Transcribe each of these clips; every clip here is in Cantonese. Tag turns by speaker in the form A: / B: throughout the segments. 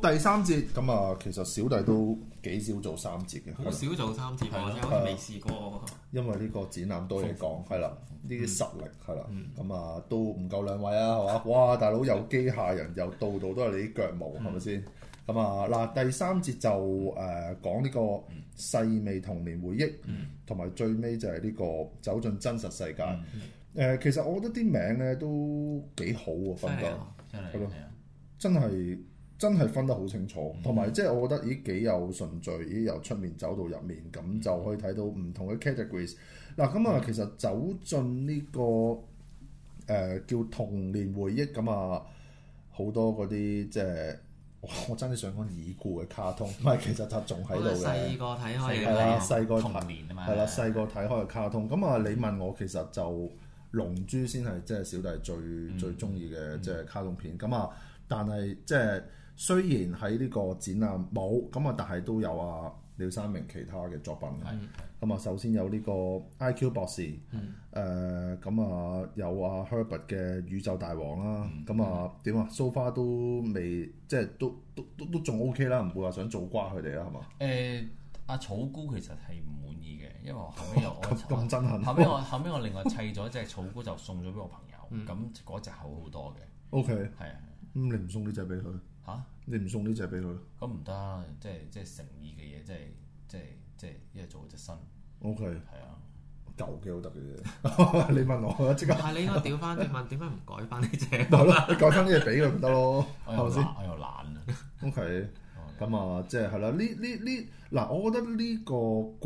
A: 第三節咁啊，其實小弟都幾少做三節嘅，
B: 好少做三次，我真係好似未試過。
A: 因為呢個展覽多嘢講，係啦，呢啲實力係啦，咁啊都唔夠兩位啊，係嘛？哇，大佬有機械人，又度度都係你啲腳毛，係咪先？咁啊嗱，第三節就誒、呃、講呢個細味童年回憶，同埋、最尾就係呢、個走進真實世界。誒、其實我覺得啲名咧都幾好喎，
B: 犀
A: 分
B: 利
A: 得
B: 啊！
C: 真係
A: 係咯
C: 係啊，
A: 真係真係分得好清
B: 嗯
A: 楚，同埋即係我覺得咦幾有順序，咦由出面走到入面，咁就可以睇到唔同嘅 categories。嗱咁
B: 嗯
A: 啊，其實走進呢、個誒、呃叫童年回憶咁啊，好多嗰啲即係哇我真係想講已故嘅卡通，唔係其實就仲喺
B: 我
A: 度
B: 哋
A: 嘅。
B: 啊細個睇開嘅
A: 係啦，
B: 係啊
A: 細個睇
C: 童年啊嘛，
A: 係啦，細個睇開嘅卡通。咁啊，你問我其實就《龍珠》先係即係小弟最、
C: 嗯
A: 最中意嘅即係卡通片。咁啊，但係即係雖然喺呢個展覽冇，咁啊，但係都有啊廖三明其他嘅作品。
C: 嗯
A: 咁啊，首先有呢個 I.Q 博士，誒
C: 嗯
A: 咁啊有啊 Herbert 嘅宇宙大王啦，
C: 嗯
A: 咁啊點啊，so far 都未即係都都都都仲 OK 啦，唔會話想做瓜佢哋啦，係嘛？
C: 誒阿草菇其實係唔滿意嘅，因為我後尾又我
A: 咁憎恨
C: 後尾我後尾我另外砌咗只草菇就送咗俾我朋友，咁嗰只厚好多嘅，
A: ？OK，
C: 係啊
A: 咁你唔送呢只俾佢？
C: 係啊
A: 你唔送呢只俾佢
C: 嚇，咁唔得，即係即係誠意嘅嘢，即係即係即係一係做隻新，
A: ？O K，
C: 係啊，
A: 舊嘅好得嘅啫。 你問我即刻
B: 但係你應該調翻轉問，點解唔改翻呢只？
A: 好 啦，你改翻呢隻俾佢咪得咯，
C: 我
A: 係
C: 又
A: 咪先
C: 懶我又懶啊，
A: ？O K，咁啊，即係係啦。呢呢呢嗱，我覺得呢個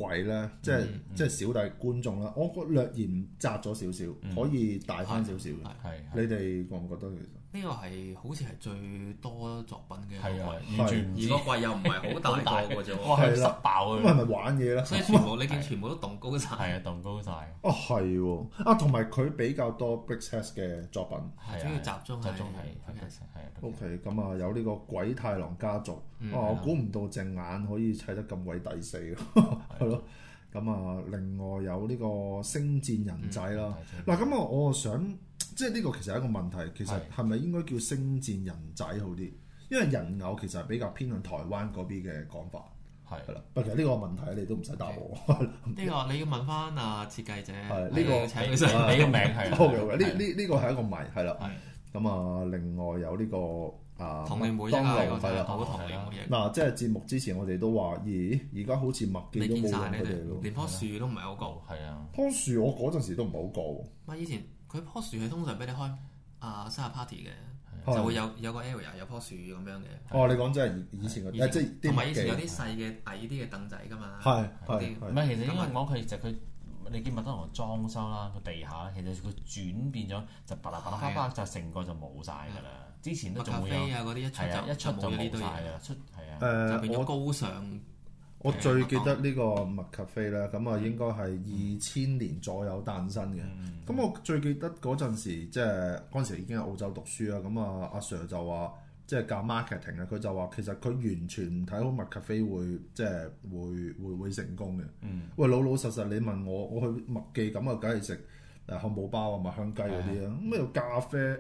A: 櫃咧，即係即係小弟觀眾啦，我覺略嫌窄咗少少，可以大翻少少嘅。
C: 係係
A: 你哋覺唔覺得其實？
B: 啊呢個係好似係最多作品嘅一個
C: 係啊
B: 櫃，，
C: 完全唔
B: 而
C: 知
B: 個櫃又唔係好大個嘅 啫
C: 哇
B: 喎，
C: 係
A: 係啦
C: 塞爆
A: 咁係
C: 佢，
A: 咪玩嘢啦？
B: 所以全部你見全部都棟高晒。
C: 係啊，凍高晒。
A: 哦，係喎，啊，同埋佢比較多 Bricks Head 嘅作品。
C: 係啊
B: 主要集中
C: 集
B: 係
C: 中係
B: 係
C: 係啊
A: O K，咁啊有呢個鬼太郎家族，啊我估唔到隻眼可以砌得咁鬼抵死咯，係咯。咁啊，另外有呢個星戰人仔啦。
C: 嗯
A: 嗱，咁啊，我想即係呢個其實係一個問題，其實
C: 係
A: 係咪應該叫星戰人仔好啲？因為人偶其實比較偏向台灣嗰邊嘅講法，
C: 係
A: 係啦。不過其實呢個問題你都唔使答我。係
B: 呢個你要問翻啊設計者，
A: 呢
B: 你
A: 個
B: 要請佢上
C: 係
B: 嚟
C: 你個名 係
A: OK，OK，呢呢呢個係一個謎，係啦。
B: 係
A: 咁啊，另外有呢個啊
B: 童年回憶
A: 麥
B: 啊，
A: 當
B: 呢個
A: 勞係
B: 真係
A: 啦。
B: 好童年回憶。
A: 嗱，即係啊節目之前我哋都話，咦，而家好似麥記
B: 你
A: 都
B: 見
A: 冇用
B: 晒
A: 佢
B: 你
A: 哋咯啊
B: 哋，。連棵樹都唔係好高。
C: 係啊，
A: 樖樹我嗰陣時都唔係好高，
B: 咪以前佢棵樹係通常俾你開啊生日 party
A: 係
C: 啊
B: 嘅，就會
A: 哦
B: 有有個 area 有棵樹咁樣嘅，
A: 哦，你講真係以以前嗰啲，即係啲
B: 同埋
A: 麥
B: 以
A: 記
B: 前有啲細嘅矮啲嘅凳仔噶嘛。
A: 係
B: 嗰
A: 係
B: 啲
C: 唔
A: 係
C: 係其實應該講佢就佢。你見麥當勞裝修啦，個地下其實佢轉變咗，就巴拉巴拉巴拉就成個就冇晒㗎啦。之前都
B: 麥
C: 仲
B: 咖
C: 會
B: 啡
C: 有，
B: 啊嗰啲一出
C: 係啊，
B: 就
C: 一出就
B: 冇咗呢
C: 冇
B: 堆
C: 晒
B: 嘢
C: 㗎啦，出係啊，
B: 就變
A: 誒，
B: 咗
A: 我
B: 高尚。
A: 我最記得呢個麥咖啡啦，咁啊應該係二千年左右誕生嘅。
C: 嗯
A: 咁我最記得嗰陣時，即係嗰陣時已經喺澳洲讀書啦。咁啊，阿 Sir 就話即係教 marketing 啊，佢就話其實佢完全唔睇好麥咖啡會即係會會會成功嘅。
C: 嗯
A: 喂，老老實實你問我，我去麥記咁啊，梗係食誒漢堡包啊、麥香雞嗰啲啊。咁有咖啡，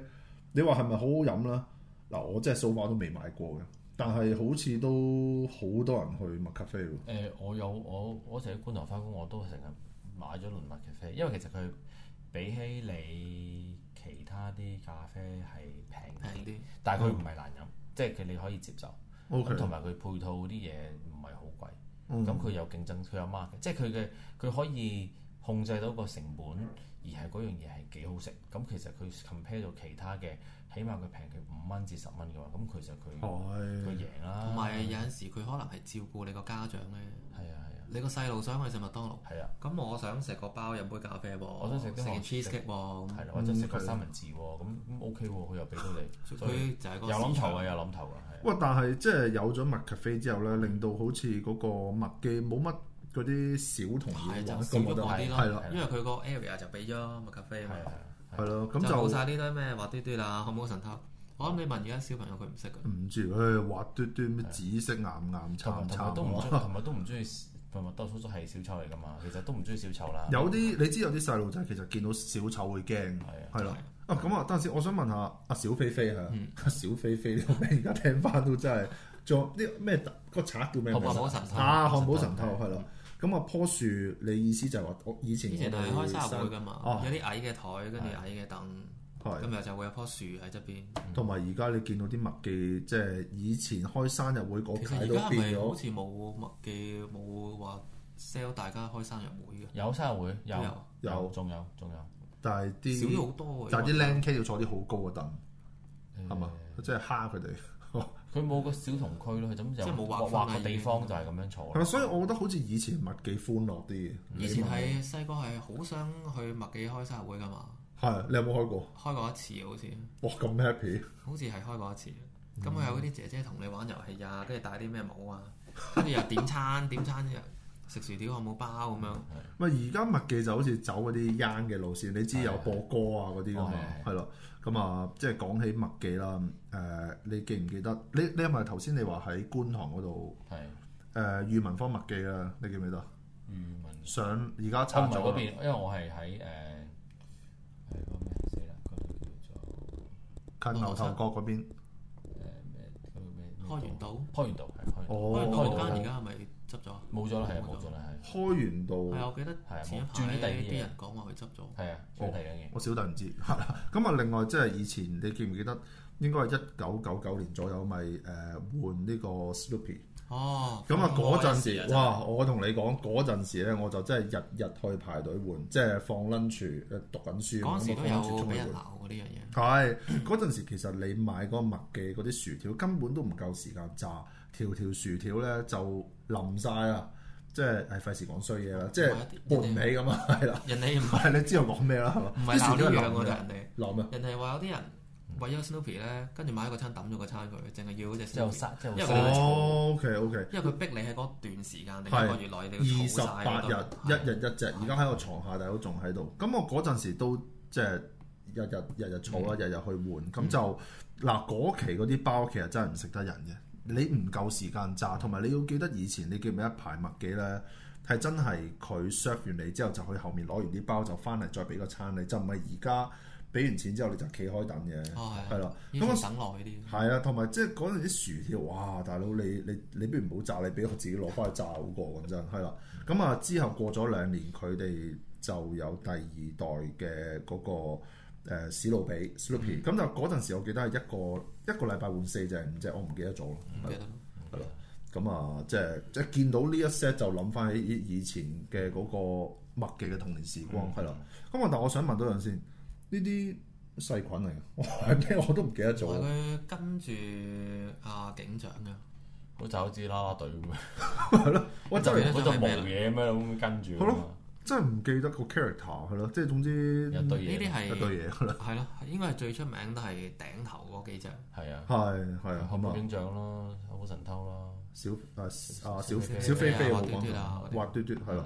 A: 你話係咪好好飲啦？嗱，我真係數碼都未買過嘅，但係好似都好多人去麥咖啡喎。
C: 誒、我有我我嗰時喺觀塘翻工，我都成日買咗輪麥咖啡，因為其實佢比起你其他啲咖啡係
B: 平
C: 平啲
B: 啲，
C: 但係佢唔係難飲，即係佢你可以接受。
A: OK
C: 咁同嗯埋佢配套啲嘢唔係好貴，咁佢、有競爭，佢有 market，即係佢嘅佢可以控制到個成本，而係嗰樣嘢係幾好食。咁其實佢 compare 到其他嘅，起碼佢平佢五蚊至十蚊嘅話，咁其實佢
A: 哦
C: 佢
A: 係
C: 贏啦。
B: 同埋有陣時佢可能係照顧你個家長咧，
C: 係啊係啊
B: 你個細路想去食麥當勞，
C: 係啊。
B: 咁我想食個包飲杯咖啡喎，我
C: 想食啲
B: 件
C: 韓式
B: cheesecake 喎，
C: 係啦，或者食個三文治喎，咁咁 OK 喎，佢又俾到你，
B: 咁
C: 所以
B: 嗯佢就係個
C: 有諗
B: 市
C: 頭
B: 場
C: 啊，有諗頭啊，係啊
A: 喂，但係即係有咗麥咖啡之後咧，令到好似嗰個麥記冇乜嗰啲小童
B: 係
A: 嘢
B: 就
A: 玩，
B: 少
A: 咁
B: 咗
A: 我覺得
B: 嗰啲
A: 係係啦
B: 咯，因為佢個 area 就俾咗麥咖啡啊嘛
C: 係，啊，
A: 係咯，咁
B: 就冇
A: 就
B: 晒呢堆咩滑嘟嘟啦、漢堡神偷。我諗你問而家小朋友佢唔識㗎，
A: 唔住佢滑嘟嘟咩紫色岩岩
C: 同
A: 慘
C: 埋同埋都
A: 慘
C: 唔
A: 啊
C: 中，同埋都唔中意，同埋多數都係小丑嚟噶嘛，其實都唔中意小丑啦，
A: 有啲你知有啲細路仔其實見到小丑會驚
C: 係啊，
A: 係咯。啊咁啊，等陣先，我想問下阿小飛飛係啊，
B: 嗯
A: 阿小飛飛呢個名而家聽翻都真係，仲有呢個咩特個賊叫咩名
B: 漢堡神偷
A: 啊，漢堡神偷係啦。咁啊，樖樹你意思就係話我以前
B: 以前
A: 我
B: 係
A: 哋
B: 開生日會噶
A: 哦
B: 嘛，有啲矮嘅台，跟住矮嘅凳，
A: 係
B: 咁又就會有棵樹喺側邊。
A: 同埋而家你見到啲麥記，即係以前開生日會嗰
B: 其
A: 屆
B: 實而
A: 都
B: 家係
A: 變
B: 咪好
A: 咗，
B: 似冇麥記冇話 sell 大家開生日會嘅？
C: 有生日會，
B: 都
C: 有
B: 有
A: 有
C: 仲有仲有，
A: 但係
B: 少咗
A: 啲
B: 好多喎。
A: 但係
B: 因
A: 啲
B: 為
A: 僆 K 要坐啲好高嘅凳，係嘛
C: 誒？
B: 嗯
A: 即係蝦佢哋。
C: 佢冇個小童區咯，佢咁就
B: 即係冇劃分
C: 劃
B: 啦
C: 個地
B: 已
C: 方
B: 經
C: 就係咁樣坐
A: 係
C: 咯
A: 咪？。所以我覺得好似以前麥記歡樂啲嘅。
B: 以前係細個係好想去麥記開生日會噶嘛，
A: 係你有冇開過？
B: 開過一次好似，
A: 哇！咁 happy，
B: 好似係開過一次。咁佢
A: 嗯
B: 有嗰啲姐姐同你玩遊戲啊，跟住戴啲咩帽啊，跟住又 點餐點餐又食薯條漢堡包咁樣。
A: 咪而家麥記就好似走嗰啲 young 嘅路線，你知有播歌啊嗰啲噶嘛
C: 哦，係
A: 係咯。咁啊，即係講起麥記啦，誒，你記唔記得？你你係咪頭先你話喺觀塘嗰度
C: 係
A: 誒裕民坊麥記啊？你記唔記得？
C: 裕民，我
A: 上而家
C: 唔
B: 哦
A: 差
C: 係
A: 咗
C: 嗰
A: 啦
C: 邊，因為我係喺誒係嗰個咩死啦，嗰度叫做
A: 近牛頭角嗰邊。
C: 誒咩嗰個咩咩
B: 開源
C: 道，
B: 道，
C: 開源道係開源道，
B: 開源道
A: 哦，
B: 嗰間而家係咪執咗？
C: 冇咗啦，係啊冇咗啦，
A: 開源
B: 係
A: 道，
B: 啊，我記得
C: 係啊
B: 前一
C: 冇轉咗
B: 排
C: 第二嘢
B: 啲人講話佢執咗。
C: 係係啊，
A: 哦
C: 轉第二樣嘢。
A: 我小弟唔知。 係啦咁啊，另外即係以前你記唔記得？應該係一九九九年左右，咪誒換呢個 Snoopy。
B: 哦，
A: 咁啊，嗰陣
B: 啊
A: 時，
B: 真係
A: 哇！我同你講嗰陣時咧，我就真係日日去排隊換，即係放 lunch 誒讀緊書，
B: 嗰陣
A: 咁
B: 時都
A: 啊放 lunch
B: 有
A: 衝
B: 俾
A: 去換。
B: 人鬧過呢樣嘢。
A: 係嗰陣時，其實你買嗰個麥記嗰啲薯條根本都唔夠時間炸，條條薯條咧就淋晒啦，即係誒費事講衰嘢啦，即係撥唔起咁啊， 係啦。
B: 人哋唔
A: 係你知道講咩啦，係嘛？
B: 唔係鬧呢樣
A: 我
B: 我哋人
A: 鬧咩？
B: 哋，人哋話有啲人為咗 Snoopy 咧，跟住買一個餐抌咗個餐佢，淨係要嗰只
C: 即係好
B: Snoopy，
C: 嘥，即係
B: 因為
C: 好嘥
B: 佢。
A: 哦，OK OK，
B: 因為佢逼你喺嗰段時間定
A: 係
B: 一個月內你
A: 二
B: 要儲
A: 十
B: 晒
A: 八
B: 嗰
A: 日
B: 度，
A: 一日一隻，而家喺我床下，但係都仲喺度。咁我嗰陣時都即係日日日日儲啊
B: 嗯
A: 啦，日日去換。咁就嗱嗰期嗰啲包其實真係唔食得人嘅，你唔夠時間炸，同埋你要記得以前你記唔記得排麥記咧？係真係佢 serve 完你之後，就去後面攞完啲包就翻嚟再俾個餐你，就唔係而家俾完錢之後你就企開等嘅，
B: 哦係
A: 係啦。
B: 要
A: 咁我
B: 等耐啲。
A: 係啊，同埋即係嗰陣啲薯條，哇！大佬你你你不如唔好炸，你俾我自己攞翻去炸好過咁真係啦。咁啊之後過咗兩年，佢哋就有第二代嘅嗰、個、呃、史努比 Snoopy。咁就嗰陣時，我記得係一個一個禮拜換四隻五隻，我唔記得咗咯。
B: 唔記得啦
A: 咁啊，即係即係見到呢一 set 就諗翻起以以前嘅嗰個麥記嘅童年時光係啦。咁啊，但我想問多樣先，呢啲細菌嚟嘅，我係咩我都唔記得咗
B: 同。埋佢跟住啊警長嘅，
C: 好就好似啦啦隊咁樣，
A: 我真係〜
C: 嗰 就冇嘢咁樣咁跟住㗎啊
A: 好
C: 嘛，
A: 真係唔記得個 character 係咯，即係總之
C: 有堆
B: 呢
C: 嘢
B: 啲
A: 一
B: 係
A: 堆嘢係啦，
B: 係咯，應該係最出名都係頂頭嗰幾隻。
C: 係啊，
B: 嗯
A: 係係啊，
C: 漢
A: 咁
C: 堡
A: 啊，
C: 警長啦，漢堡神偷啦，
A: 小啊啊小
C: 小飛
A: 小飛
B: 飛
A: 飛
B: 啊
A: 好
B: 滑嘟
A: 講
B: 嘟啊嗰
A: 滑嘟嘟
B: 啲
A: 係啦，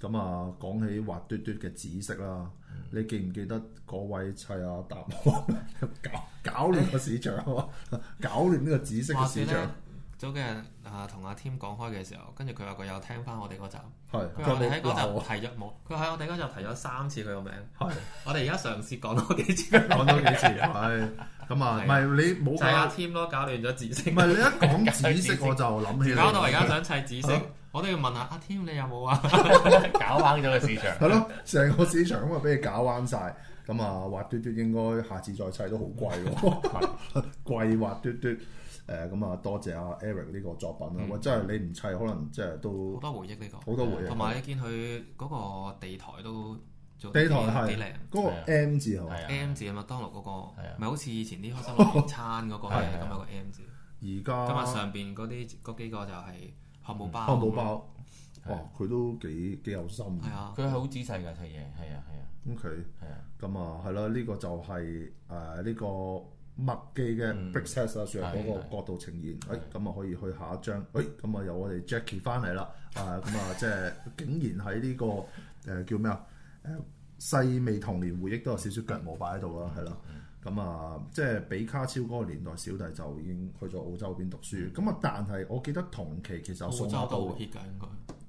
A: 咁啊講起滑嘟嘟嘅紫色啦，
B: 嗯
A: 你記唔記得嗰位砌啊達摩 搞搞亂個市場啊嘛， 搞亂呢個紫色
B: 話
A: 嘅市
B: 説咧
A: 場，
B: 早幾日啊同阿 Tim 講開嘅時候，跟住佢話佢有聽翻我哋嗰集，
A: 係
B: 佢話我哋喺
A: 佢冇鬧啊
B: 嗰集提咗冇，佢喺我哋嗰集提咗三次佢個名，
A: 係
B: 我哋而家嘗試講多幾次，
A: 講多幾次係咁啊，唔
B: 係啊
A: 係你冇
B: 就係阿
A: 搞，
B: Tim 咯，搞亂咗紫色
A: 唔。 係你一講紫
C: 紫
A: 色
C: 色
A: 我就諗起你
B: 搞到而家想砌紫
A: 係
B: 色，我都要問下阿 Tim 你有冇啊？
C: 搞掹咗個市 場。啊
A: 係咯，成個市場咁啊，俾你搞彎晒。咁啊，滑嘟嘟應該下次再砌都好貴喎，貴滑嘟嘟。誒咁啊，多謝阿 Eric 呢個作品啦。喂，真係你唔砌，可能即係
B: 好
A: 都
B: 多回憶呢個，
A: 好多回憶
B: 啊同埋你見佢嗰個地台都做得
A: 啊地台係
B: 幾幾靚
A: 嗰個
C: 係啊
A: M 字係嘛？
C: 係啊，
B: ，M 字啊麥當勞嗰個
C: 係啊，
B: 咪好似以前啲開 心樂園餐嗰個
C: 係啊係
B: 咧，
C: 啊
B: 咁有個 M 字。
A: 而
B: 咁啊
A: 家
B: 上邊嗰啲嗰幾個就係漢堡包，
A: 哦嗯漢堡，包，嗯
C: 係
A: 哇，佢都幾幾有心。
B: 係啊，
C: 佢係好仔細㗎砌嘢，係啊係啊
A: OK，
C: 係啊，
A: 咁啊係啦，呢個就係誒呢個麥記嘅
C: 嗯
A: Brick Test 啊，算係嗰
C: 係
A: 個角度呈現。誒咁啊可以去下一張。誒咁啊有我哋 Jackie 翻嚟啦。啊咁啊即係竟然喺呢、個誒、叫咩啊誒細味童年回憶都有少少腳毛擺喺度
C: 嗯
A: 啦，係啦。咁啊，即係比卡超嗰個年代，小弟就已
C: 嗯
A: 經去咗澳洲邊讀書。咁啊，但係我記得同期其實有數
B: 澳
A: 碼
B: 洲
A: 暴
B: 都
A: 龍
B: 好 hit 㗎應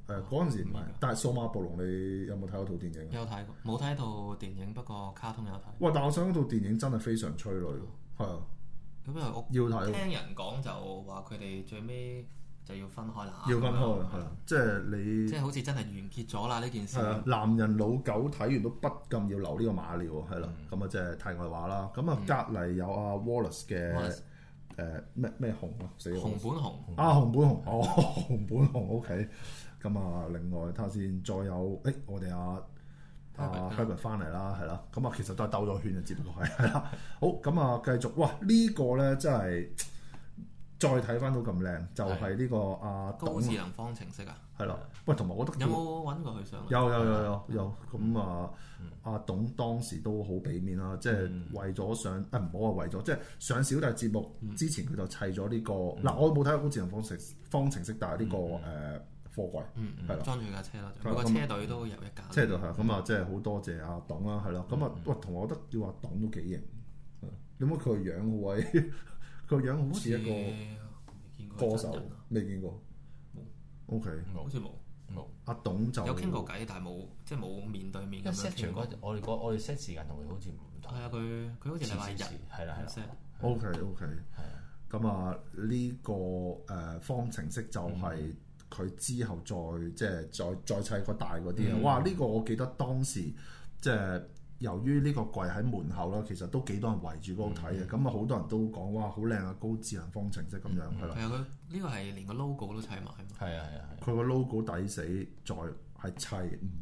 B: 該，
A: 誒嗰陣時
C: Oh
A: 唔係，但係數碼暴龍你有冇睇過套電影啊？
B: 有睇過，冇睇到電影，不過卡通有睇。
A: 哇！但我想嗰套電影真係非常催淚，係啊，
B: 咁因為我
A: 要睇喎。
B: 聽人講就話佢哋最尾就要分開啦，
A: 要分開
B: 咁樣
A: 嘅，係啊，即係
B: 即
A: 你
B: 係好似真係完結咗啦呢件事
A: 係。啊，男人老狗睇完都不禁要流呢個馬尿啊，係啦，咁啊即係題外話啦。咁啊隔離有阿 Wallace 嘅
B: Wallace
A: 誒咩咩紅啊，死
B: 紅
A: 我
B: 啊本紅，
A: 啊紅本紅哦紅本紅 OK。咁啊，另外睇下先，再有誒我哋阿阿
B: Herbert
A: Herbert 翻嚟啦，係啦，咁啊其實都係兜咗圈啊，只不過係係啦。好咁啊，繼續哇呢個咧真係再睇翻到咁靚，就係呢個阿
B: 高
A: 董
B: 智能方程式啊，
A: 係啦。喂，同埋我覺得
B: 有冇揾過佢上嚟？
A: 有有有
B: 嗯
A: 有有咁啊！阿董當時都好俾面
B: 嗯
A: 啦，即係為咗上啊唔好話為咗，即係上小弟節目
B: 嗯
A: 之前佢就砌咗呢個嗱，我冇睇過高智能方程方程式，但係呢個誒貨櫃
B: 嗯，
A: 係啦
B: 嗯，裝住架車啦，
A: 係啦
B: 每個
A: 咁
B: 車隊都有一架。
A: 即係就係咁啊！即係好多謝阿董啦，係咯，咁啊
B: 嗯
A: 喂，同我覺得叫阿董都幾型，係點解佢個樣好鬼 佢個樣好似一
B: 一
A: 個歌手，未見過
B: 啊冇。
A: O K，
B: 好似冇
C: 冇
A: 阿董就
B: 有傾過偈，但係冇即係冇面對面
C: 因
B: 咁
C: 為
B: 樣
C: set
B: 傾
C: 住
B: 過
C: 嗰。我哋個我哋 set 時間同佢好似唔同
B: 係，啊，佢佢好似禮拜日
C: 係啦係啦
B: set，
A: O K O K。
C: 係啊，
A: 咁啊，呢、個誒、方程式就係
C: 嗯
A: 佢之後再即係再再砌個大嗰
C: 嗯
A: 啲啊！哇！呢、個我記得當時即係由於呢個櫃喺門口啦，其實都幾多人圍
C: 嗯
A: 住嗰度睇嘅，咁啊好多人都講哇好靚啊高智能方程式咁樣
C: 嗯
A: 係啦，
B: 係啊，佢呢個係連個 logo 都砌埋啊嘛。
C: 係啊係啊
A: 佢個 logo 抵死再係砌，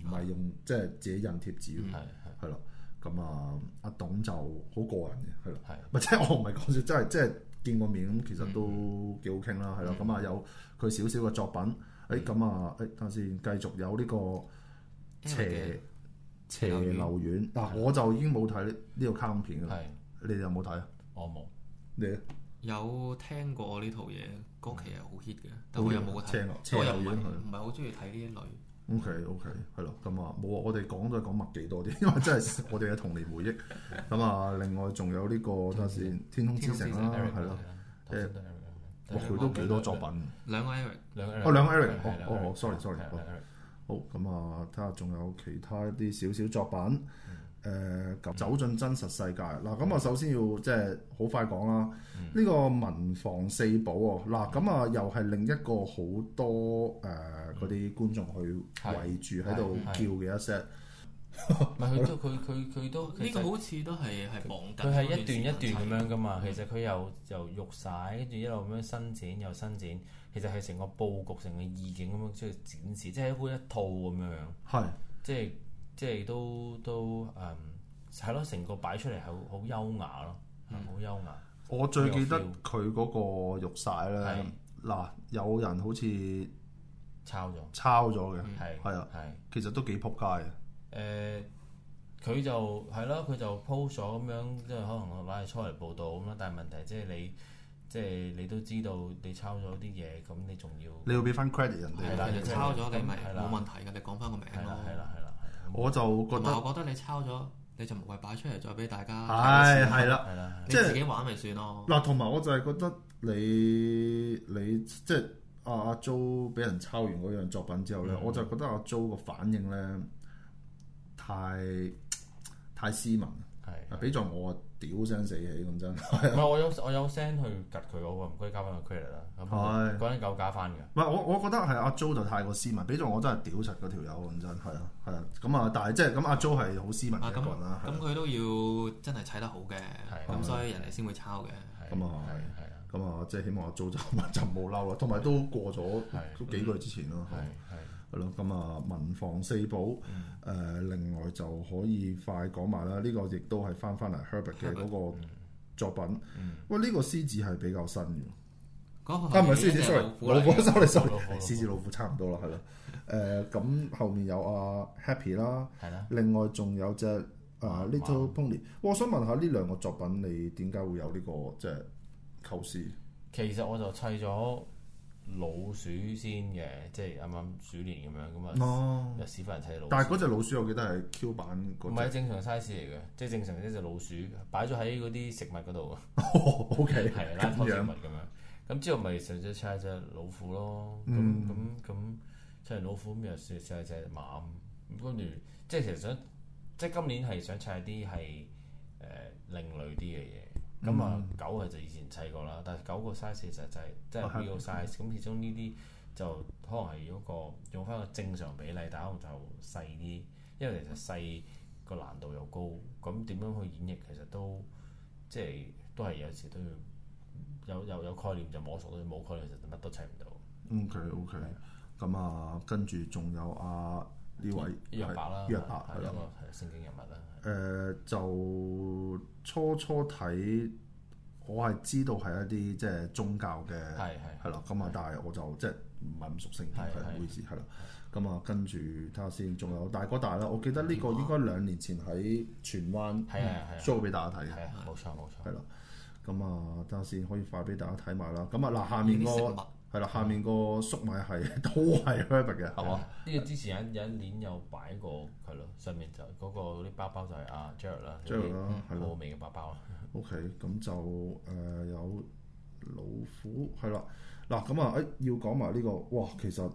A: 唔係用即係自己印貼紙
B: 嗯
C: 係啊
A: 嘅
C: 係係
A: 係啦。咁啊，阿董就好過人嘅係啦。
C: 係。啊
A: 唔係即係我唔係講笑，真係即係見過面咁，其實都幾好傾啦，係啦。咁啊，有佢少少嘅作品，誒咁啊，誒等下先，繼續有呢個邪邪流院嗱，我就已經冇睇呢個卡通片㗎啦。
C: 係，
A: 你哋有冇睇啊？
C: 我冇，
A: 你啊呢
B: 有聽過呢套嘢，嗰期係好 hit
C: 嗯
B: 嘅，但我又冇
A: 斜
B: 睇
A: 流，
B: 我又
A: 斜
B: 唔
A: 流
B: 係
A: 院係
B: 唔係好中意睇呢一類。
A: OK OK，係咯，咁啊冇啊，我哋講都係講麥記多啲，因為真係我哋嘅童年回憶。咁啊，另外仲有呢個等下先，嗯天空之城啦，啊
C: Eric
A: 係咯，
C: 都係啦頭先
A: 哇佢
C: 都係 Eric
A: 都幾多作品。
B: 兩個 Eric
C: 兩個 Eric，
A: 哦兩個 Eric，
C: 係啦
A: 哦哦
C: 兩個
A: sorry，sorry，
C: 係啦啊
A: 哦
C: 兩個 Eric
A: 好咁啊，睇下仲有其他一啲少少作品。誒、
C: 嗯
A: 咁走進真實世界嗱，咁啊首先要即係好快講啦，
C: 嗯
A: 呢、個民防四寶喎，嗱咁啊又係另一個好多誒嗰啲觀眾去
C: 嗯係
A: 圍住喺度
C: 係
A: 叫
C: 係
A: 嘅一 set，
C: 唔係佢都佢佢佢都
B: 哦呢個好似都係係忙緊。
C: 佢係一段一
B: 啊
C: 段咁樣噶嘛，其實佢又又肉晒，跟住一路咁樣伸展又伸展，其實係成個佈局、成個意境咁樣出去展示，即係好一套咁樣，
A: 係
C: 即係即係都都誒係咯，成個擺出嚟係好好優雅咯，
A: 嗯
C: 係好優雅，
A: 我最記得
C: 有 feel
A: 佢嗰個玉晒咧
C: 係，
A: 嗱有人好似
C: 抄咗
A: 抄咗嘅，
C: 係
A: 係啊
C: 係。
A: 其實都幾撲街嘅，
C: 誒、佢就係咯，佢就 post 咗咁樣，即係可能我拉你出嚟報道咁啦。但係問題即係你，即係你都知道你抄咗啲嘢，咁你仲要
A: 你要俾翻 credit 人哋
B: 係
C: 係
B: 啦
C: 啦，
B: 你
C: 即係
B: 抄咗你咪
C: 係啦
B: 冇問題嘅，你講翻個名
C: 係
A: 哦
C: 啦，係
B: 咯。
C: 啦，係啦，
A: 我就覺
B: 同
A: 得
B: 埋我覺得你抄咗，你就無謂擺出嚟再俾大
C: 啊
B: 家。
A: 唉係啦。
C: 係啦，係啦，
B: 你
A: 即係
B: 自己玩咪算咯。
A: 嗱，同埋我就係覺得你你即係阿阿 Jo 俾人抄完嗰樣作品之後咧，我就覺得阿 Jo 個反應咧太太斯文，啊
C: 係。
A: 俾在我啊屌聲死起咁真係。
C: 唔係我有我有 send 去及佢嗰個，唔該交翻個 credit 啦。咁
A: 係
C: 嗰陣夠加翻嘅。
A: 唔係我我覺得係阿 Jo 就太過斯文，俾在我真係屌柒嗰條友咁真係啊係啊咁啊，但係即係咁阿 Jo 係好斯文嘅
B: 啊
A: 一
B: 咁
A: 個人啦，係
B: 咁
A: 啊
B: 佢都要真係砌得好嘅，咁所以人哋先會抄嘅。
C: 係
A: 咁啊
C: 係
A: 係
C: 係啊，
A: 咁啊即係希望阿 Jo 就 就冇嬲啦，同埋都過咗
C: 係
A: 都幾個月之前咯。
C: 係係
A: 係咯，咁啊民防四寶，誒、另外就可以快講埋啦。呢、個亦都係翻翻嚟 Herbert 嘅嗰個作品。喂，呢、個獅子係比較新嘅，
B: 嗰個
A: 啊唔係獅子
B: 隻
A: ，sorry，
B: 老虎
A: 老
B: 嚟
A: 虎
B: 嘅
A: ，sorry
C: 老
A: sorry，
C: 虎老虎
A: 獅子老虎差唔多啦，係咯。誒咁後面有啊 Happy 啦，
C: 係啦。
A: 另外仲有隻啊
C: 哇
A: Little Pony。我想問下呢兩個作品，你點解會有呢、個即係構思？
C: 其實我就砌咗老鼠先嘅，即係啱啱鼠年咁樣咁啊，
A: 哦，
C: 有屎忽人砌老鼠。
A: 但係嗰隻老鼠我記得係 Q 版
C: 唔
A: 嗰
C: 係
A: 隻。
C: 正常 size 嚟嘅，即係正常一隻老鼠擺咗喺嗰啲食物嗰度，
A: O K，
C: 係拉
A: 哦咁
C: 拖食物
A: 樣
C: 咁樣。咁之後咪成隻砌隻老虎咯。咁
A: 嗯
C: 咁咁，砌完老虎咁又試砌隻馬咁，跟住即係其實想即係今年係想砌啲係誒另類啲嘅
A: 嗯
C: 嘢。咁啊，狗係就以前砌過啦，但係狗個 size 其實就係即係
A: 啊係
C: real size。咁其中呢啲就可能係嗰個用翻個正常比例，但可能就細啲，因為其實細個難度又高。咁點樣去演繹其實都即係都係有時都要。有有有概念就摸索到，冇
A: 嗯
C: 概念其實乜都砌唔到。
A: OK OK，咁啊，跟住仲有啊呢位
C: 約伯啦，
A: 約伯
C: 係
A: 係
C: 一
A: 啦。
C: 個係聖經人物啦。
A: 誒、就初初睇，我係知道係一啲即係宗教嘅
C: 係係
A: 係啦，咁啊，但係我就即係唔係咁熟聖經
C: 係
A: 係
C: 係
A: 唔好意思係啦。咁啊，跟住睇下先，仲有大哥大啦，我記得呢個應該兩年前喺荃灣
C: 係啊係啊
A: show 俾大家睇嘅，
C: 係啊，冇錯冇錯。
A: 係啦。咁啊，等下先可以快俾大家睇埋啦。咁啊，嗱，下
B: 呢
A: 面個
B: 啲食物
A: 係啦，下面個粟米係 都係 Herbert 嘅，係
C: 係
A: 嘛？
C: 啊？呢個之前有有一年有擺過佢咯，上面就嗰個啲包包就係阿 Jared 啦
A: Jared 啦係
C: 啲好
A: 咯
C: 好味嘅包啊包啦。
A: OK，咁就誒、呃有老虎係啦，嗱咁啊，誒、要講埋呢個，哇，其實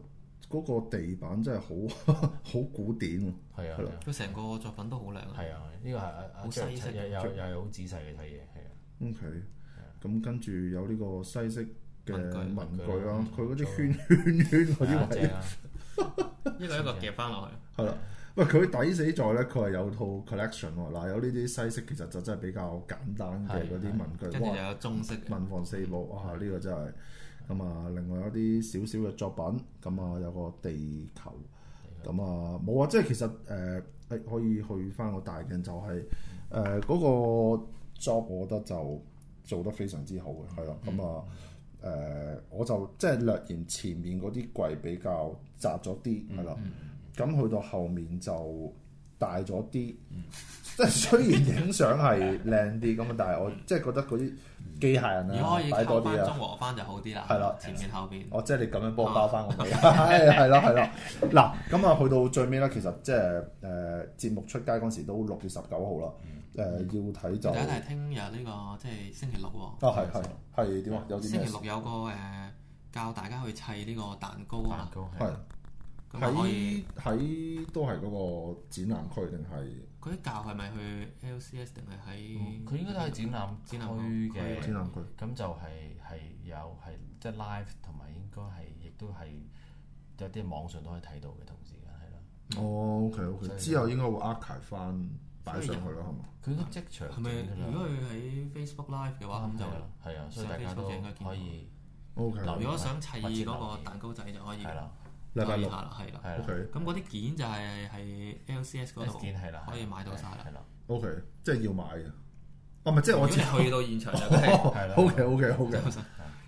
A: 嗰個地板真係好 好古典喎，
C: 係
A: 係
C: 啊係
A: 咯
C: 啊
B: 佢成個作品都好靚啊！
C: 係啊，呢個係阿阿
B: 好西
C: Jared
B: 式
C: 又又又係好仔細嘅睇嘢，係啊。
A: OK，咁跟住有呢個西式嘅
B: 文具
A: 文具啦
C: 文，
A: 佢嗰
C: 具
A: 啲
C: 做
A: 圈圈圈嗰
C: 係啊
A: 啲位，
C: 正啊，
B: 一個一個夾翻落去，
A: 係啦。喂，佢抵死在咧，佢係有套 collection 喎。嗱，有呢啲西式其實就真係比較簡單嘅
C: 係
A: 嗰
C: 係
A: 啲文具，
B: 跟住
A: 哇
B: 又有中式嘅，
A: 文房四寶，哇！呢、個真係咁啊。另外有啲少少嘅作品，咁啊有個地球，咁啊冇啊，即係其實誒、呃可以去翻個大鏡，就係誒嗰個作，我覺得就做得非常之好嘅，係啦，咁啊。誒、呃我就即係略嫌前面嗰啲櫃比較窄咗啲，
B: 嗯
A: 係啦、咁去到後面就大咗啲，
B: 嗯
A: 即係雖然影相係靚啲咁啊，但係我 即係覺得嗰啲機械人
B: 如果
A: 啊
B: 可以
A: 擺
B: 扣
A: 多
B: 翻
A: 啲
B: 中
A: 啊，
B: 和翻就好啲啦。
A: 係啦
B: 前面後邊
A: 哦，即係你咁樣幫我包
B: 啊
A: 翻我尾， 係係啦係啦。嗱，咁啊去到最尾咧，其實即係誒節目出街嗰時都六月十九號啦，
B: 嗯
A: 誒、要睇就
B: 第一係聽日呢個即係星期六喎，
A: 啊係係係點啊？有啲
B: 星
A: 咩
B: 期
A: 事？
B: 六有個誒教大家去砌呢個蛋糕啊嘛，
C: 蛋糕
A: 係
C: 係
B: 咁啊可以
A: 喺喺都係嗰個展覽區定係？
B: 佢一教係咪去 LCS 定係喺？
C: 哦佢應該都係展覽
B: 展
C: 區
B: 覽區
C: 嘅
A: 展覽區
C: 咁就係係有係即係 live 同埋應該係亦都係有啲網上都可以睇到嘅同時間係啦。
A: 哦，OK OK，
C: 所以
A: 之後應該會 archive 翻擺上去啦，係嘛？
C: 佢都即場
B: 係咪
C: 整㗎啦
B: 如果佢喺 Facebook Live 嘅話，咁就
C: 係啊，所以大家都可以
A: O K，
C: 留意
B: 如果想砌嗰個蛋糕仔就可以
C: 係啦，
A: 禮
B: 留
A: 拜
B: 意
A: 六
B: 下啦，係啦。
C: 係
A: O
C: 啦
A: K
B: 咁嗰啲件就係喺 LCS 嗰度，
C: ，S 係啦，
B: 可以買到晒啦
C: 係啦，
A: O K，即係要買嘅。啊，唔係即係
B: 如
A: 我
B: 果
A: 哦
B: 你
A: 知。
B: 去到現場就梗 係。
C: 係啦
A: O K O K O K。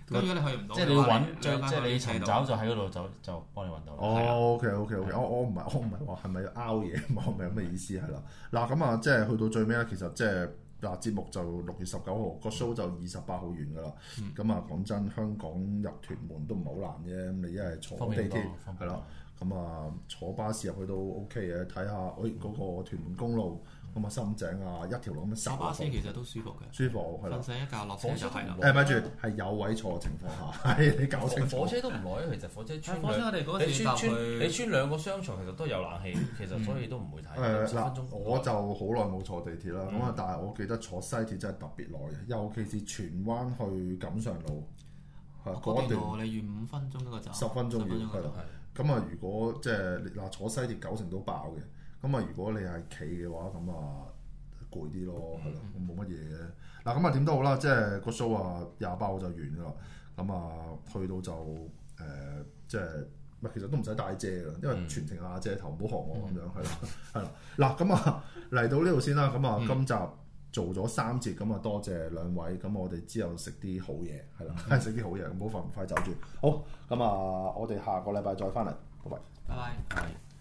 B: 咁如果你去唔到嘅話，
C: 即係你要揾，即
B: 兩間
C: 係
B: 可以
C: 你
B: 砌到
C: 尋找就喺嗰度就就幫你揾到啦。
B: 啊
A: 哦，O K O K O K，我我唔係我 唔係話係咪要拗嘢，唔係我唔係咁嘅意思係啦。嗱咁啊，即係去到最尾咧，其實即係嗱節目就六月十九號，個 show 就二十八號完㗎啦。
B: 嗯
A: 咁啊講真，香港入屯門都唔係好難啫，咁你一係
C: 方
A: 坐地
C: 便
A: 鐵
C: 好
A: 係
C: 多，
A: 啦。咁啊坐巴士入去都 OK 嘅，睇下誒嗰個屯門公路咁啊深井啊一條路咁樣
B: 坐
A: 殺
B: 巴
A: 落
B: 士
A: 去，
B: 其實都舒服嘅，
A: 舒服係啦
B: 瞓。醒一覺落車就係啦。
A: 誒咪住，係有位坐嘅情況下， 係你搞清楚
C: 火。車都唔耐，其實火車
B: 係
C: 穿
B: 火車我哋嗰
C: 你
B: 時
C: 穿
B: 搭
C: 穿你
B: 去，
C: 穿兩個商場其實都有冷氣，其實所以都唔會睇
A: 誒
C: 十分
A: 嗱，
C: 鐘。
A: 我就好耐冇坐地鐵啦，咁啊，但係我記得坐西鐵真係特別耐嘅，尤其是荃灣去錦上路，係
B: 哦嗰
A: 嗰
B: 段
A: 段
B: 路你預五分鐘一個站，
A: 十分鐘要係
B: 係
A: 啦。咁啊，如果即係你嗱坐西鐵九成都爆嘅，咁啊，如果你係企嘅話，咁啊攰啲咯，係咯，冇乜嘢嘅。嗱咁啊，點都好啦，即係個 show 啊廿八號就完㗎啦。咁啊，去到就誒、即係唔係其實都唔使帶遮㗎啦，因為全程亞遮頭，唔好學我咁樣係啦，係啦。嗱咁啊，嚟到呢度先啦。咁啊，今集。做咗三節咁啊，多謝兩位。咁我哋之後食啲好嘢，係啦， 食啲好嘢，唔好快唔快走住。好，咁啊，我哋下個禮拜再翻嚟，拜拜。
B: 拜拜。
C: 係。